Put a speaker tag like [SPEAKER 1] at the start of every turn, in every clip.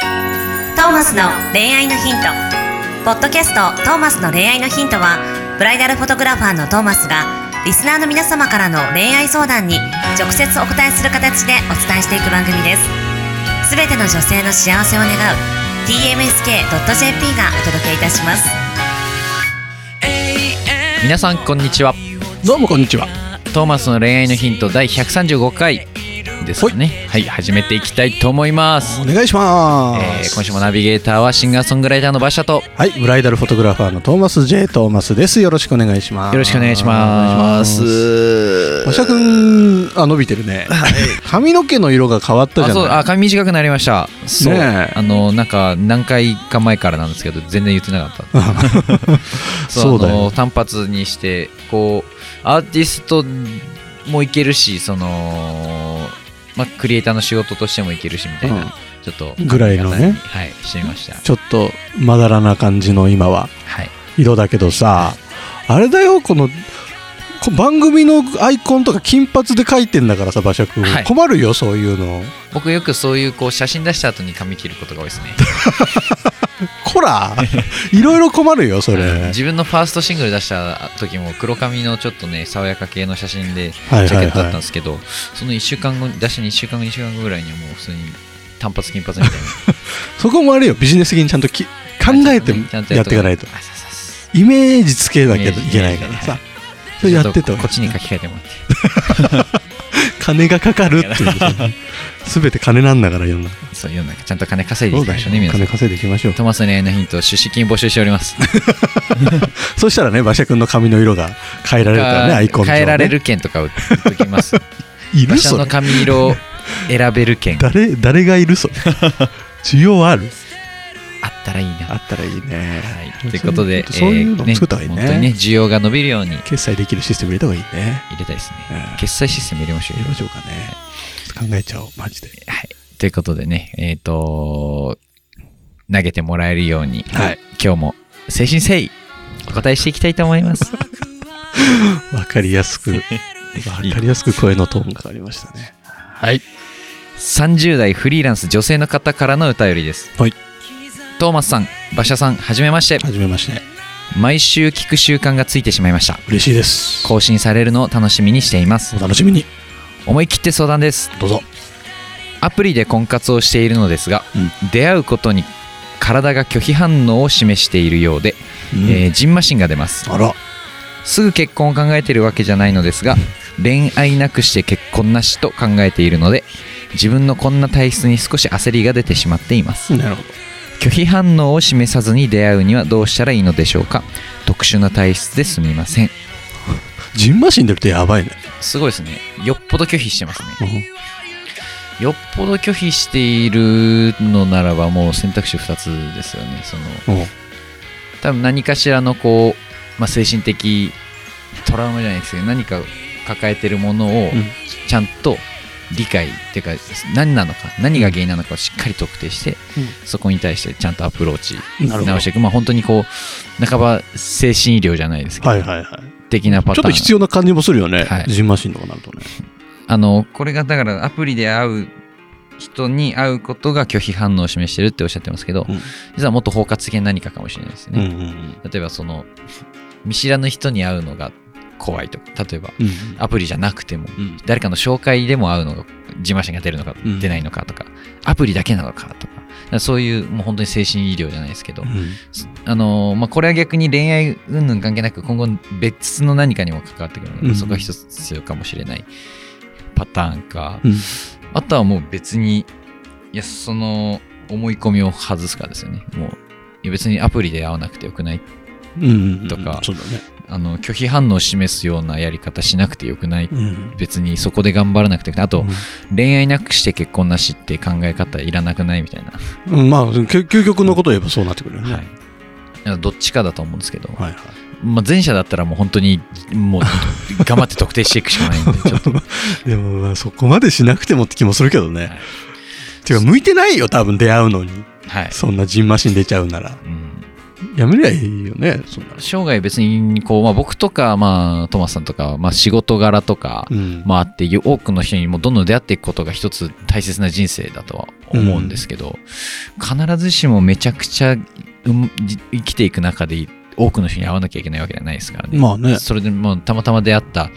[SPEAKER 1] トーマスの恋愛のヒント」ポッドキャスト「トーマスの恋愛のヒントは」ブライダルフォトグラファーのトーマスがリスナーの皆様からの恋愛相談に直接お答えする形でお伝えしていく番組ですすべての女性の幸せを願う tmsk.jp がお届けいたします
[SPEAKER 2] 皆さんこんにちは
[SPEAKER 3] どうもこんにちは。
[SPEAKER 2] トーマスの恋愛のヒント第135回ですかねはい始めていきたいと思います
[SPEAKER 3] お、願いしま
[SPEAKER 2] えー
[SPEAKER 3] す。
[SPEAKER 2] 今週もナビゲーターはシンガーソングライターの馬車とよ
[SPEAKER 3] はい、ブライダルフォトグラファーのトーマス J トーマスです。よろしくお願いします。
[SPEAKER 2] ろしくお願いします
[SPEAKER 3] おしゃくん、あ、伸びてるね。髪の毛の色が変わったじ
[SPEAKER 2] あ
[SPEAKER 3] ゃ
[SPEAKER 2] そう
[SPEAKER 3] ない
[SPEAKER 2] あ髪短くなりましたそう、
[SPEAKER 3] ねえ
[SPEAKER 2] あのなんか何回か前からなんですけど全然言ってなかった
[SPEAKER 3] そうだよ
[SPEAKER 2] あの単発にしてこうアーティストもいけるしそのまあクリエイターの仕事としてもいけるしみたいな、
[SPEAKER 3] うん
[SPEAKER 2] ちょっと
[SPEAKER 3] ぐらいのね
[SPEAKER 2] はいしてみました
[SPEAKER 3] ちょっとまだらな感じの今は
[SPEAKER 2] はい
[SPEAKER 3] 色だけどさ、あれだよ、この、こ番組のアイコンとか金髪で書いてんだからさ、馬車くん。
[SPEAKER 2] はい
[SPEAKER 3] 困るよ、そういうの。
[SPEAKER 2] 僕よくそういうこう写真出した後に髪切ることが多いですね
[SPEAKER 3] こ らいろいろ困るよ、それ。
[SPEAKER 2] 自分のファーストシングル出した時も黒髪のちょっとね爽やか系の写真で
[SPEAKER 3] はい
[SPEAKER 2] ジャ
[SPEAKER 3] は
[SPEAKER 2] ケ
[SPEAKER 3] い
[SPEAKER 2] ットだったん
[SPEAKER 3] は
[SPEAKER 2] ですけど、その1週間後に出した2週間後2週間後ぐらいにはもう普通に単発金髪みたい
[SPEAKER 3] い。そこもあれよ、ビジネス的にちゃんとき 考
[SPEAKER 2] な
[SPEAKER 3] えて
[SPEAKER 2] ちゃん
[SPEAKER 3] やっていかないと。
[SPEAKER 2] あそうそうそ
[SPEAKER 3] イメージつけなきゃ
[SPEAKER 2] イメ
[SPEAKER 3] い
[SPEAKER 2] ージ
[SPEAKER 3] けないから
[SPEAKER 2] は
[SPEAKER 3] さ
[SPEAKER 2] い。う
[SPEAKER 3] それやってた
[SPEAKER 2] ちょ
[SPEAKER 3] わ
[SPEAKER 2] とこっちに書き換えてもらって
[SPEAKER 3] 金がかかるっていう。すべて金なんだから、世の中。
[SPEAKER 2] そういうのなんかちゃんと金稼いでいきましょうね皆さ
[SPEAKER 3] 金
[SPEAKER 2] ん
[SPEAKER 3] 稼いでいきましょう。
[SPEAKER 2] トマスの恋愛のヒント出資金募集しております
[SPEAKER 3] そしたらね、馬車くんの髪の色が変えられるからね、アイコン上ね
[SPEAKER 2] 変えられ。る券とか売ってきます
[SPEAKER 3] い
[SPEAKER 2] 馬
[SPEAKER 3] る
[SPEAKER 2] 車
[SPEAKER 3] そ
[SPEAKER 2] の
[SPEAKER 3] れ。
[SPEAKER 2] 髪色を選べる券あ
[SPEAKER 3] 誰、誰がいるそれ。需要ある
[SPEAKER 2] ったらいいな
[SPEAKER 3] あったらいいね。
[SPEAKER 2] はい、ということで、
[SPEAKER 3] そういうの
[SPEAKER 2] えー
[SPEAKER 3] 作った方がいいね
[SPEAKER 2] 本当にね、需要が伸びるように
[SPEAKER 3] 決済できるシステム入れた方がいいね。
[SPEAKER 2] 入れたいですね
[SPEAKER 3] え。ー
[SPEAKER 2] 決済システム入れましょう
[SPEAKER 3] 入
[SPEAKER 2] よ
[SPEAKER 3] れましょうかね。考えちゃおう、マジで。
[SPEAKER 2] はい。ということでね、えっ、と投げてもらえるように、
[SPEAKER 3] はい
[SPEAKER 2] 今日も精神誠意、お答えしていきたいと思います。
[SPEAKER 3] わかりや すく、わかりやすく声のトーンが変わりましたね。 はい。
[SPEAKER 2] 30代フリーランス女性の方からの歌よりです。
[SPEAKER 3] はい
[SPEAKER 2] トーマスさん、馬車さん、はじめまして。
[SPEAKER 3] はじめまして。
[SPEAKER 2] 毎週聞く習慣がついてしまいました。
[SPEAKER 3] 嬉しいです。
[SPEAKER 2] 更新されるのを楽しみにしています
[SPEAKER 3] お。楽しみに。
[SPEAKER 2] 思い切って相談です。
[SPEAKER 3] どうぞ。
[SPEAKER 2] アプリで婚活をしているのですが、
[SPEAKER 3] う
[SPEAKER 2] 出会うことに体が拒否反応を示しているようで、えージンマシンが出ます
[SPEAKER 3] あら。
[SPEAKER 2] すぐ結婚を考えているわけじゃないのですが恋愛なくして結婚なしと考えているので自分のこんな体質に少し焦りが出てしまっています
[SPEAKER 3] なるほ
[SPEAKER 2] 拒否反応を示さずに出会うにはどうしたらいいのでしょうか特殊な体質ですみません
[SPEAKER 3] ど。ジンマシン出るとやばいね。
[SPEAKER 2] すごいですねよっぽど拒否してますねよっぽど拒否しているのならばもう選択肢2つですよねその
[SPEAKER 3] うん。うん
[SPEAKER 2] 多分何かしらのこう、まあ、精神的トラウマじゃないですけど何か抱えてるものを
[SPEAKER 3] うん
[SPEAKER 2] ちゃんと理解っていうか何なのか何が原因なのかをしっかり特定して、
[SPEAKER 3] うん
[SPEAKER 2] そこに対してちゃんとアプローチ
[SPEAKER 3] なるほど
[SPEAKER 2] 直していくまあ本当にこう半ば精神医療じゃないですけど、
[SPEAKER 3] はいはいはい。
[SPEAKER 2] 的なパ
[SPEAKER 3] ち
[SPEAKER 2] ター
[SPEAKER 3] ょっと
[SPEAKER 2] ン
[SPEAKER 3] 必要な感じもするよね。
[SPEAKER 2] はい
[SPEAKER 3] ジンマシンとかなるとね。
[SPEAKER 2] あのこれがだからアプリで会う人に会うことが拒否反応を示してるっておっしゃってますけど、
[SPEAKER 3] うん
[SPEAKER 2] 実はもっと包括的な何かかもしれないですね、
[SPEAKER 3] うんうん
[SPEAKER 2] 例えばその見知らぬ人に会うのが怖いとか例えば
[SPEAKER 3] うん。
[SPEAKER 2] アプリじゃなくても
[SPEAKER 3] うん
[SPEAKER 2] 誰かの紹介でも会うのが自慢心が出るのか
[SPEAKER 3] うん
[SPEAKER 2] 出ないのかとか、アプリだけなのかとかだからそういうもう本当に精神医療じゃないですけど、あのーまあ、これは逆に恋愛云々関係なく今後別の何かにも関わってくるので、
[SPEAKER 3] うん
[SPEAKER 2] そこが一つ必要かもしれないパターンか、
[SPEAKER 3] うん
[SPEAKER 2] あとはもう別にいやその思い込みを外すかですよねもういや別にアプリで会わなくてよくない
[SPEAKER 3] うんうんうん。
[SPEAKER 2] とか
[SPEAKER 3] そうだね。
[SPEAKER 2] あの拒否反応を示すようなやり方しなくてよくない
[SPEAKER 3] うん。
[SPEAKER 2] 別にそこで頑張らなくてよくないあと、
[SPEAKER 3] う
[SPEAKER 2] 恋愛なくして結婚なしって考え方いらなくないみたいな、
[SPEAKER 3] んうんまあ、究究極のことを言えばそうなってくるよね。
[SPEAKER 2] はいだからどっちかだと思うんですけど、
[SPEAKER 3] はいはい。
[SPEAKER 2] まあ、前者だったらもう本当にもう頑張って特定していくしかないん でちょっと、
[SPEAKER 3] でも、まあそこまでしなくてもって気もするけどね
[SPEAKER 2] はい。
[SPEAKER 3] てか、向いてないよ、多分出会うのに。
[SPEAKER 2] はい
[SPEAKER 3] そんなジンマシン出ちゃうなら。
[SPEAKER 2] うん
[SPEAKER 3] やめりゃいいよねそんなの
[SPEAKER 2] 生涯別にこう、まあ、僕とか、まあ、トマスさんとか、まあ、仕事柄とか、
[SPEAKER 3] うん
[SPEAKER 2] まああって多くの人にもどんどん出会っていくことが一つ大切な人生だとは思うんですけど、必ずしもめちゃくちゃうんじ生きていく中で多くの人に会わなきゃいけないわけじゃないですからね。
[SPEAKER 3] まあね
[SPEAKER 2] それでもうたまたま出会った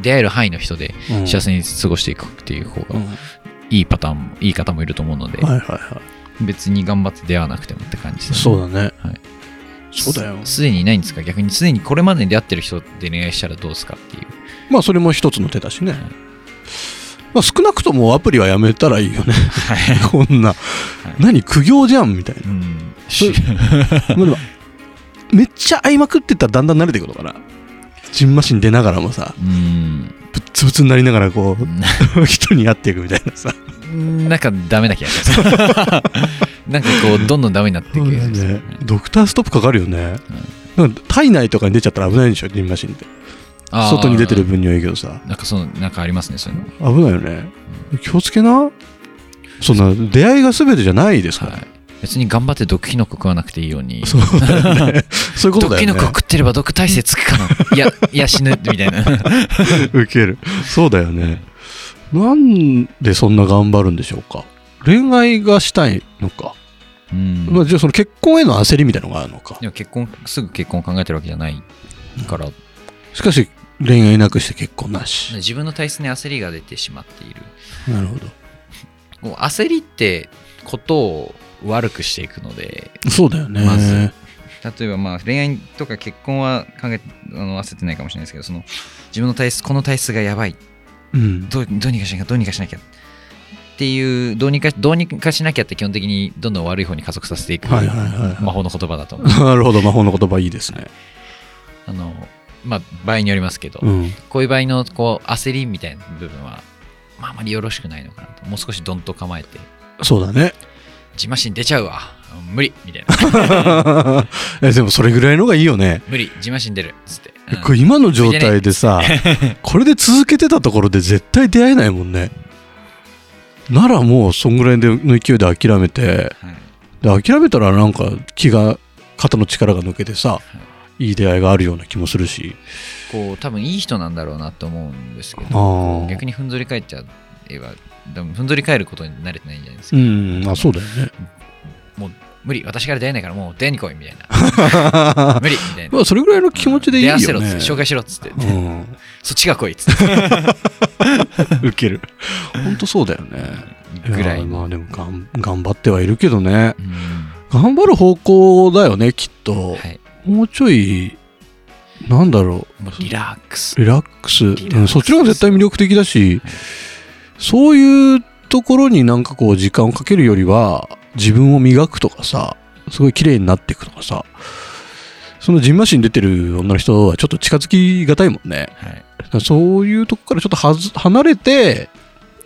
[SPEAKER 2] 出会える範囲の人で
[SPEAKER 3] うん
[SPEAKER 2] 幸せに過ごしていくっていう方
[SPEAKER 3] うん
[SPEAKER 2] がいいパターンもいい方もいると思うので、
[SPEAKER 3] はいはいは
[SPEAKER 2] 別に頑張って出会わなくてもって感じ
[SPEAKER 3] い
[SPEAKER 2] ですね
[SPEAKER 3] そうだね
[SPEAKER 2] はい
[SPEAKER 3] そうだよ
[SPEAKER 2] すすでにいないんですか逆にすでにこれまでに出会ってる人で恋愛したらどうですかっていう
[SPEAKER 3] まあそれも一つの手だしね
[SPEAKER 2] はい、
[SPEAKER 3] まあ、少なくともアプリはやめたらいい よね
[SPEAKER 2] はい、
[SPEAKER 3] こんな何苦行じゃんみた いな
[SPEAKER 2] うん、
[SPEAKER 3] そうまあでもめっちゃ会いまくってったらだんだん慣れていくのかなジンマシン出ながらもさ
[SPEAKER 2] うん
[SPEAKER 3] ぶっつぶつになりながらこ う人に会っていくみたいなさ
[SPEAKER 2] なんかダメな気がし ます。なんかこうどんどんダメになっていく気がします、
[SPEAKER 3] ねドクターストップかかるよね、なんか体内とかに出ちゃったら危ないんでしょジンマシンって
[SPEAKER 2] あー
[SPEAKER 3] 外に出てる。分にはいいけどさ
[SPEAKER 2] なんかそのなんかありますねそういうの。
[SPEAKER 3] 危ないよね気をつけなそんな出会いが全てじゃないですから、
[SPEAKER 2] はい。別に頑張って毒キノコ食わなくていいように。
[SPEAKER 3] そうだ よねそういうこと
[SPEAKER 2] 毒
[SPEAKER 3] だ
[SPEAKER 2] キ
[SPEAKER 3] よ
[SPEAKER 2] ノ
[SPEAKER 3] ね
[SPEAKER 2] コ食ってれば毒耐性つく かな。いやいや死ぬみたいな。
[SPEAKER 3] 受けるそうだよねなんでそんな頑張るんでしょうか恋愛がしたいのか、
[SPEAKER 2] うん。
[SPEAKER 3] まあ、じゃあその結婚への焦りみたいなのがあるのか
[SPEAKER 2] でも結婚すぐ結婚を考えてるわけじゃないから
[SPEAKER 3] しかし恋愛なくして結婚なし、
[SPEAKER 2] 自分の体質に焦りが出てしまっている。
[SPEAKER 3] なるほど
[SPEAKER 2] こう焦りってことを悪くしていくので。
[SPEAKER 3] そうだよね、
[SPEAKER 2] まず例えばまあ恋愛とか結婚は考えあの焦ってないかもしれないですけどその自分の体質この体質がやばい
[SPEAKER 3] うん、
[SPEAKER 2] どうどうにかしなきゃどうにかしなきゃっていうどうにかどうにかしなきゃって基本的にどんどん悪い方に加速させていく
[SPEAKER 3] はいはいはい
[SPEAKER 2] 魔法の言葉だと 思う、
[SPEAKER 3] なるほど魔法の言葉いいですね、
[SPEAKER 2] あのまあ場合によりますけど、
[SPEAKER 3] うん、
[SPEAKER 2] こういう場合のこう焦りみたいな部分は、まあ、あまりよろしくないのかなともう少しどんと構えて
[SPEAKER 3] そうだね
[SPEAKER 2] 自慢心出ちゃうわ無理みたいな
[SPEAKER 3] えでもそれぐらいのがいいよね
[SPEAKER 2] 無理自慢心出るっつって、うん
[SPEAKER 3] これ今の状態でさ これで続けてたところで絶対出会えないもんねならもうそんぐらいの勢いで諦めて
[SPEAKER 2] はい
[SPEAKER 3] で諦めたらなんか気が肩の力が抜けてさ、い、い出会いがあるような気もするし
[SPEAKER 2] こう多分いい人なんだろうなと思うんですけど
[SPEAKER 3] あー
[SPEAKER 2] 逆にふんぞり返っちゃえばでもふんぞり返ることに慣れてないんじゃないですか、
[SPEAKER 3] うんあそうだよね
[SPEAKER 2] もう無理私から出会えないからもう出会いに来いみたいな
[SPEAKER 3] ま
[SPEAKER 2] 無理みたいな
[SPEAKER 3] あそれぐらいの気持ちでいいよね
[SPEAKER 2] 出会わせろっつって紹介しろっつって、
[SPEAKER 3] うん
[SPEAKER 2] そっちが来いっつって
[SPEAKER 3] ウケる本当そうだよね
[SPEAKER 2] ぐらい
[SPEAKER 3] や
[SPEAKER 2] の、
[SPEAKER 3] まあでもがん頑張ってはいるけどね
[SPEAKER 2] うん
[SPEAKER 3] 頑張る方向だよねきっと、
[SPEAKER 2] はい、
[SPEAKER 3] もうちょいなんだろ
[SPEAKER 2] もうリラックス
[SPEAKER 3] うリラックス
[SPEAKER 2] リラックス
[SPEAKER 3] うんそっちの方が絶対魅力的だし、
[SPEAKER 2] はい
[SPEAKER 3] そういうところになんかこう時間をかけるよりは自分を磨くとかさすごい綺麗になっていくとかさそのジンマシン出てる女の人はちょっと近づきがたいもんね
[SPEAKER 2] はい、
[SPEAKER 3] だからそういうとこからちょっとはず離れて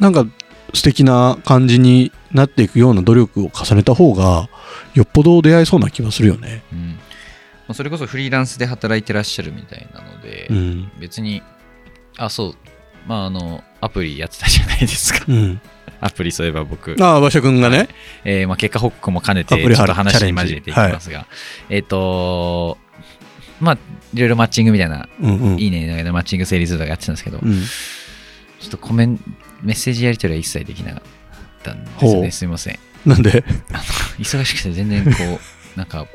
[SPEAKER 3] なんか素敵な感じになっていくような努力を重ねた方がよっぽど出会えそうな気がするよね。
[SPEAKER 2] うんまあそれこそフリーランスで働いてらっしゃるみたいなので、
[SPEAKER 3] うん、
[SPEAKER 2] 別にあそうまああのアプリやってたじゃないですか
[SPEAKER 3] うん、
[SPEAKER 2] アプリそういえば僕
[SPEAKER 3] ああ馬車君がね、
[SPEAKER 2] えーまあ、結果報告も兼ねて
[SPEAKER 3] ア
[SPEAKER 2] ち
[SPEAKER 3] プ
[SPEAKER 2] ょ
[SPEAKER 3] リ
[SPEAKER 2] っ
[SPEAKER 3] ハ
[SPEAKER 2] と話に混
[SPEAKER 3] チャ
[SPEAKER 2] じれ
[SPEAKER 3] レンジ
[SPEAKER 2] ていきますが、えっ、とまあいろいろマッチングみたいな、
[SPEAKER 3] うんうん
[SPEAKER 2] いいねの間のマッチング整理図とかやってたんですけど、ちょ
[SPEAKER 3] うん
[SPEAKER 2] っとコメンメッセージやり取りは一切できなかったんですよ
[SPEAKER 3] ほ
[SPEAKER 2] ね
[SPEAKER 3] う
[SPEAKER 2] すいません
[SPEAKER 3] なんで
[SPEAKER 2] 忙しくて全然こ うなんか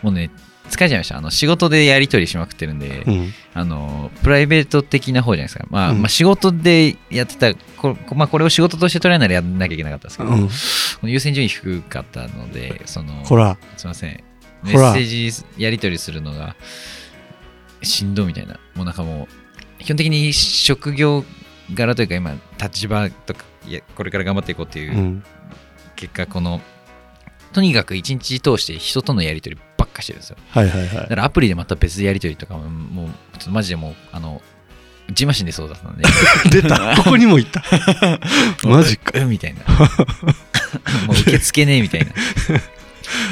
[SPEAKER 2] もうね疲れちゃいましたあの仕事でやり取りしまくってるんで、
[SPEAKER 3] うん
[SPEAKER 2] あのプライベート的な方じゃないですか、まあ
[SPEAKER 3] うん
[SPEAKER 2] まあ、仕事でやってたこ,、まあ、これを仕事として捉えならやんなきゃいけなかったんですけど、
[SPEAKER 3] うん
[SPEAKER 2] 優先順位低かったのでその
[SPEAKER 3] ほら
[SPEAKER 2] すいません。メ
[SPEAKER 3] ほら
[SPEAKER 2] ッセージやり取りするのがしんどいみたいな。もうなんかもう、基本的に職業柄というか、今、立場とか、いやこれから頑張っていこうって
[SPEAKER 3] う
[SPEAKER 2] いうん結果、この、とにかく一日通して人とのやり取りばっかしてるんですよ。
[SPEAKER 3] はいはいは
[SPEAKER 2] だ
[SPEAKER 3] い
[SPEAKER 2] からアプリでまた別でやり取りとかも、もう、ちょっとマジでもう、あの、ジマシンでそうだったんで、
[SPEAKER 3] 出たここにもいた マジか
[SPEAKER 2] うんみた いな。もう受け付けねえみたいな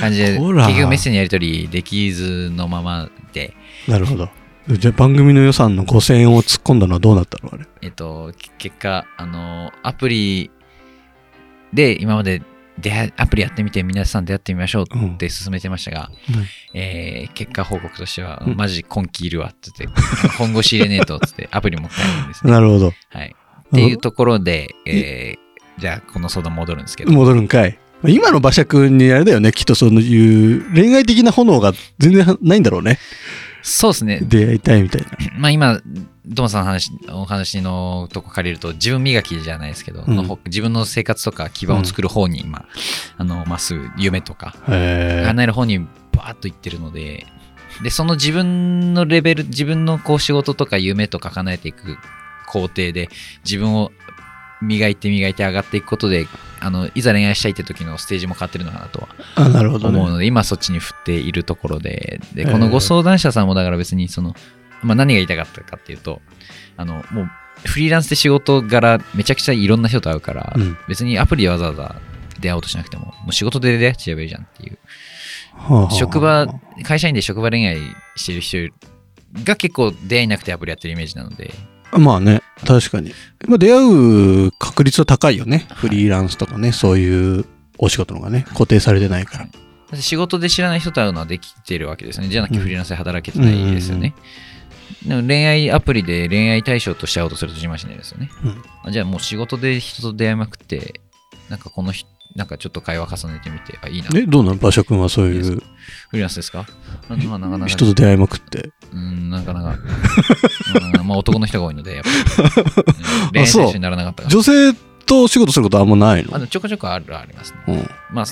[SPEAKER 2] 感じで、結
[SPEAKER 3] ほ
[SPEAKER 2] 局
[SPEAKER 3] ら
[SPEAKER 2] メッセージのやり取りできずのままで、
[SPEAKER 3] なるほどじゃあ番組の予算の5000円を突っ込んだのはどうなったのあれ
[SPEAKER 2] えっと、け結果、あの、アプリで今まで出会いアプリやってみて皆さん出会ってみましょう
[SPEAKER 3] うん
[SPEAKER 2] って勧めてましたが、えー結果報告としては、
[SPEAKER 3] うん
[SPEAKER 2] マジ根気いるわって言って、本腰入れねえとっつ ってアプリも変えるんですね。
[SPEAKER 3] なるほど。
[SPEAKER 2] はい。っていうところで、えーじゃあこの相談戻るんですけど、
[SPEAKER 3] 戻るんかい。今の馬車君にあれだよね、きっとそういう恋愛的な炎が全然ないんだろうね。
[SPEAKER 2] そうですね。
[SPEAKER 3] 出会いたいみたいな。
[SPEAKER 2] まあ今、トマさんの話お話のとこ借りると、自分磨きじゃないですけど、
[SPEAKER 3] うん
[SPEAKER 2] のほ自分の生活とか基盤を作る方に、まあ、あの、まっすぐ夢とか、
[SPEAKER 3] へー
[SPEAKER 2] 叶える方にバーッといってるので、で、その自分のレベル、自分のこう仕事とか夢とか叶えていく工程で、自分を磨いて磨いて上がっていくことで、あの、いざ恋愛したいって時のステージも変わってるのかなとは
[SPEAKER 3] あ、なるほど
[SPEAKER 2] 思う
[SPEAKER 3] ね。
[SPEAKER 2] ので、今そっちに振っているところで、で、
[SPEAKER 3] ええ
[SPEAKER 2] このご相談者さんもだから別にその、まあ何が言いたかったかっていうと、あの、もうフリーランスで仕事柄めちゃくちゃいろんな人と会うから、
[SPEAKER 3] うん
[SPEAKER 2] 別にアプリでわざわざ出会おうとしなくても、もう仕事で出会っちゃえばいいじゃんっていう。職場、会社員で職場恋愛してる人が結構出会いなくてアプリやってるイメージなので、
[SPEAKER 3] まあね、確かに。まあ、出会う確率は高いよね。フリーランスとかね、そういうお仕事のがね、固定されてないから。
[SPEAKER 2] だって仕事で知らない人と会うのはできてるわけですよね。じゃなきゃフリーランスで働けてないですよね。でも恋愛アプリで恋愛対象として会おうとすると自慢しないですよね。
[SPEAKER 3] うん
[SPEAKER 2] あじゃあもう仕事で人と出会いまくって、なんかこの人、なんかちょっと会話重ねてみて、あ、いいな。フ
[SPEAKER 3] え、どうなの馬車君はそういう
[SPEAKER 2] リーランスですかなんかまあなかなか、
[SPEAKER 3] 人と出会いまくって。
[SPEAKER 2] うん、なかなか、うんまあ男の人が多いので、やっ ぱり、うん恋愛対象にならなかったから。
[SPEAKER 3] 女性とお仕事することあんまないの
[SPEAKER 2] あでもちょこちょこあるはありますね。
[SPEAKER 3] うん。
[SPEAKER 2] まあ、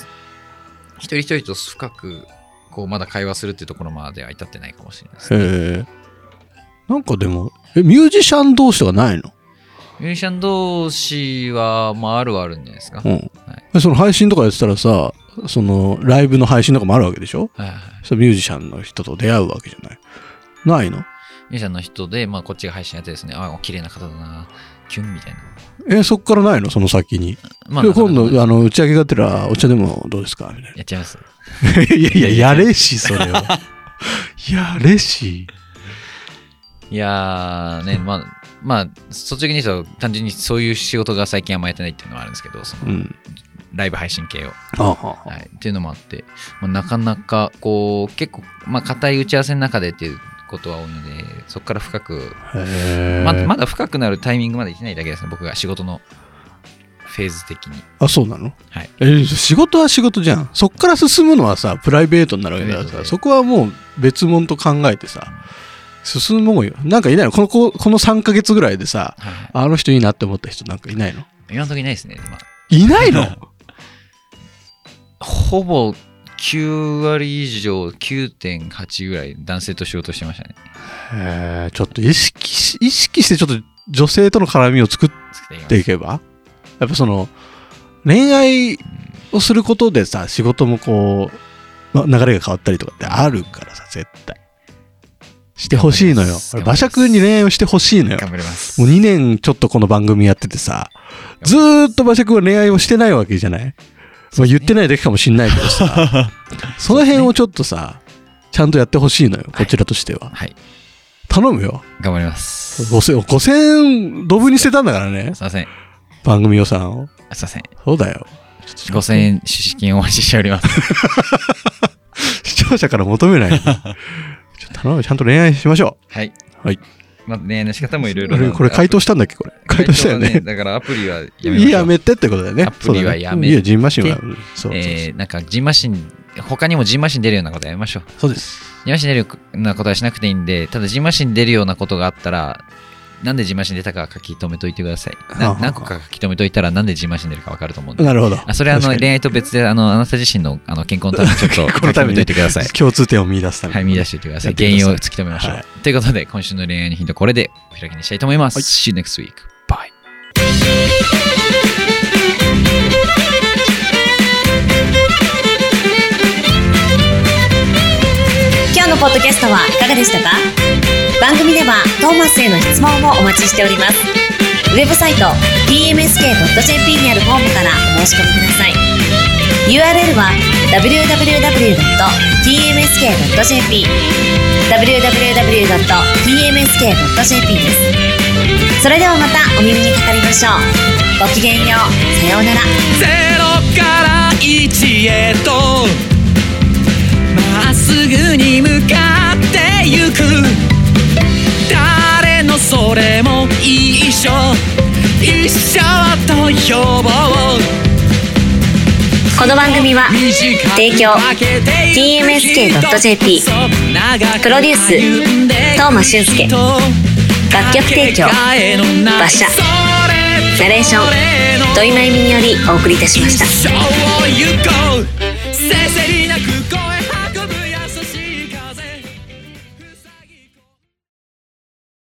[SPEAKER 2] 一人一人と深く、こう、まだ会話するっていうところまでは至ってないかもしれないですね。
[SPEAKER 3] へえ。なんかでも、え、ミュージシャン同士とかないの
[SPEAKER 2] ミュージシャン同士は、まあ、あるはあるんじゃないですか。
[SPEAKER 3] う
[SPEAKER 2] はい
[SPEAKER 3] ん。えその配信とかやってたらさ、そのライブの配信とかもあるわけでしょ
[SPEAKER 2] はいはい。
[SPEAKER 3] そのミュージシャンの人と出会うわけじゃない。ないの
[SPEAKER 2] ミュージシャンの人で、まあ、こっちが配信やってですね、あ、綺麗な方だな、キュンみたいな。
[SPEAKER 3] え、そっからないのその先に。
[SPEAKER 2] まあ、
[SPEAKER 3] で
[SPEAKER 2] なかな
[SPEAKER 3] 今
[SPEAKER 2] か
[SPEAKER 3] 度、あの、打ち上げがてら、お茶でもどうですかみたい
[SPEAKER 2] やっちゃいます。
[SPEAKER 3] な。いやいや、やれし、それは。 やれし。
[SPEAKER 2] いやー、ね、まあ、まあ、率直に言うと、単純にそういう仕事が最近あんまやってないっていうのはあるんですけど、その
[SPEAKER 3] うん。
[SPEAKER 2] ライブ配信系を。
[SPEAKER 3] ああ。
[SPEAKER 2] はい、っていうのもあって、まあ、なかなかこう結構、まあ、硬い打ち合わせの中でっていうことは多いのでそこから深く、
[SPEAKER 3] へえ。
[SPEAKER 2] ままだ深くなるタイミングまでいってないだけですね僕が仕事のフェーズ的に
[SPEAKER 3] あ、そうなの
[SPEAKER 2] はい
[SPEAKER 3] え仕事は仕事じゃんそっから進むのはさプライベートになるわけだか
[SPEAKER 2] プライベート
[SPEAKER 3] らさ
[SPEAKER 2] で
[SPEAKER 3] そこはもう別物と考えてさ進むもんよなんかいないのこのここの3ヶ月ぐらいでさ
[SPEAKER 2] はいはい
[SPEAKER 3] あの人いいなって思った人なんかいないの
[SPEAKER 2] 今の時いないですね、ま
[SPEAKER 3] いないの
[SPEAKER 2] あ、ほぼ9割以上9.8ぐらい男性と仕事してましたね
[SPEAKER 3] へえちょっと意識し意識してちょっと女性との絡みを作っ
[SPEAKER 2] 作っていきま
[SPEAKER 3] てい
[SPEAKER 2] す
[SPEAKER 3] けばやっぱその恋愛をすることでさ仕事もこう、ま流れが変わったりとかってあるからさ絶対してほしいの
[SPEAKER 2] 頑張
[SPEAKER 3] よ
[SPEAKER 2] ります
[SPEAKER 3] 馬車君に恋愛をしてほしいのよ
[SPEAKER 2] 頑張ります
[SPEAKER 3] もう2年ちょっとこの番組やっててさ、ずーっと馬車君は恋愛をしてないわけじゃない、まあ、言ってないだけかもしんないけ どさ、その辺をちょっとさ、ちゃんとやってほしいのよ、こちらとしては。
[SPEAKER 2] はい
[SPEAKER 3] 頼むよ。
[SPEAKER 2] 頑張りますすい
[SPEAKER 3] 5000、5000、ドブに捨てたんだからね、
[SPEAKER 2] ません
[SPEAKER 3] 番組予算を。
[SPEAKER 2] すいません
[SPEAKER 3] そうだよ。ちょっと
[SPEAKER 2] 5000円出資金お待ちしております
[SPEAKER 3] 視聴者から求めな いで。ちょっと頼む、ちゃんと恋愛しましょ。
[SPEAKER 2] はいう
[SPEAKER 3] はい。
[SPEAKER 2] まあ恋愛の仕方もいろいろ
[SPEAKER 3] これ、これ回答したんだっけ、これ。回答したよね。
[SPEAKER 2] だからアプリはやめましょう
[SPEAKER 3] やめてってことだよね。
[SPEAKER 2] アプリは
[SPEAKER 3] そうだね
[SPEAKER 2] やめ
[SPEAKER 3] いや、ジンマシンは。
[SPEAKER 2] て
[SPEAKER 3] うんそうそうそう
[SPEAKER 2] えーなんかジンマシン、他にもジンマシン出るようなことはやめましょう。
[SPEAKER 3] そうです。
[SPEAKER 2] ジンマシン出るようなことはしなくていいんで、ただジンマシン出るようなことがあったら、なんでジンマシン出たか書き留めといてください。
[SPEAKER 3] はあ
[SPEAKER 2] な
[SPEAKER 3] はあ
[SPEAKER 2] 何個か書き留めといたら、なんでジンマシン出るかわかると思うんで。
[SPEAKER 3] なるほど。
[SPEAKER 2] あそれはあ
[SPEAKER 3] 確
[SPEAKER 2] の
[SPEAKER 3] かに
[SPEAKER 2] 恋愛と別であのあなた自身のあの健康のためにちょっ と書
[SPEAKER 3] この
[SPEAKER 2] き留
[SPEAKER 3] ため
[SPEAKER 2] め
[SPEAKER 3] に
[SPEAKER 2] といてください。
[SPEAKER 3] 共通点を見出すために。
[SPEAKER 2] はい、見出しておいてください。
[SPEAKER 3] やってく
[SPEAKER 2] 原
[SPEAKER 3] ださい
[SPEAKER 2] 因を突き止めましょう。
[SPEAKER 3] はい
[SPEAKER 2] ということで、今週の恋愛のヒント、これでお開きにしたいと思います。
[SPEAKER 3] はい
[SPEAKER 2] See you next week. Bye.
[SPEAKER 1] 「今日のポッドキャストはいかがでしたか番組ではトーマスへの質問もお待ちしておりますウェブサイト tmsk.jp にあるフォームからお申し込みください URL は www.tmsk.jp www.tmsk.jp ですそれではまたお耳にかかりましょうごきげんようさようなら
[SPEAKER 2] ゼロから一
[SPEAKER 4] へとまっすぐに向かってゆく誰のそれも一緒一緒と呼ぼう
[SPEAKER 1] この番組は提供 TMSK.jp プロデュース東間俊介楽曲提供馬車ナレーション土井真由美によりお送りいたしました
[SPEAKER 4] 一生を行こう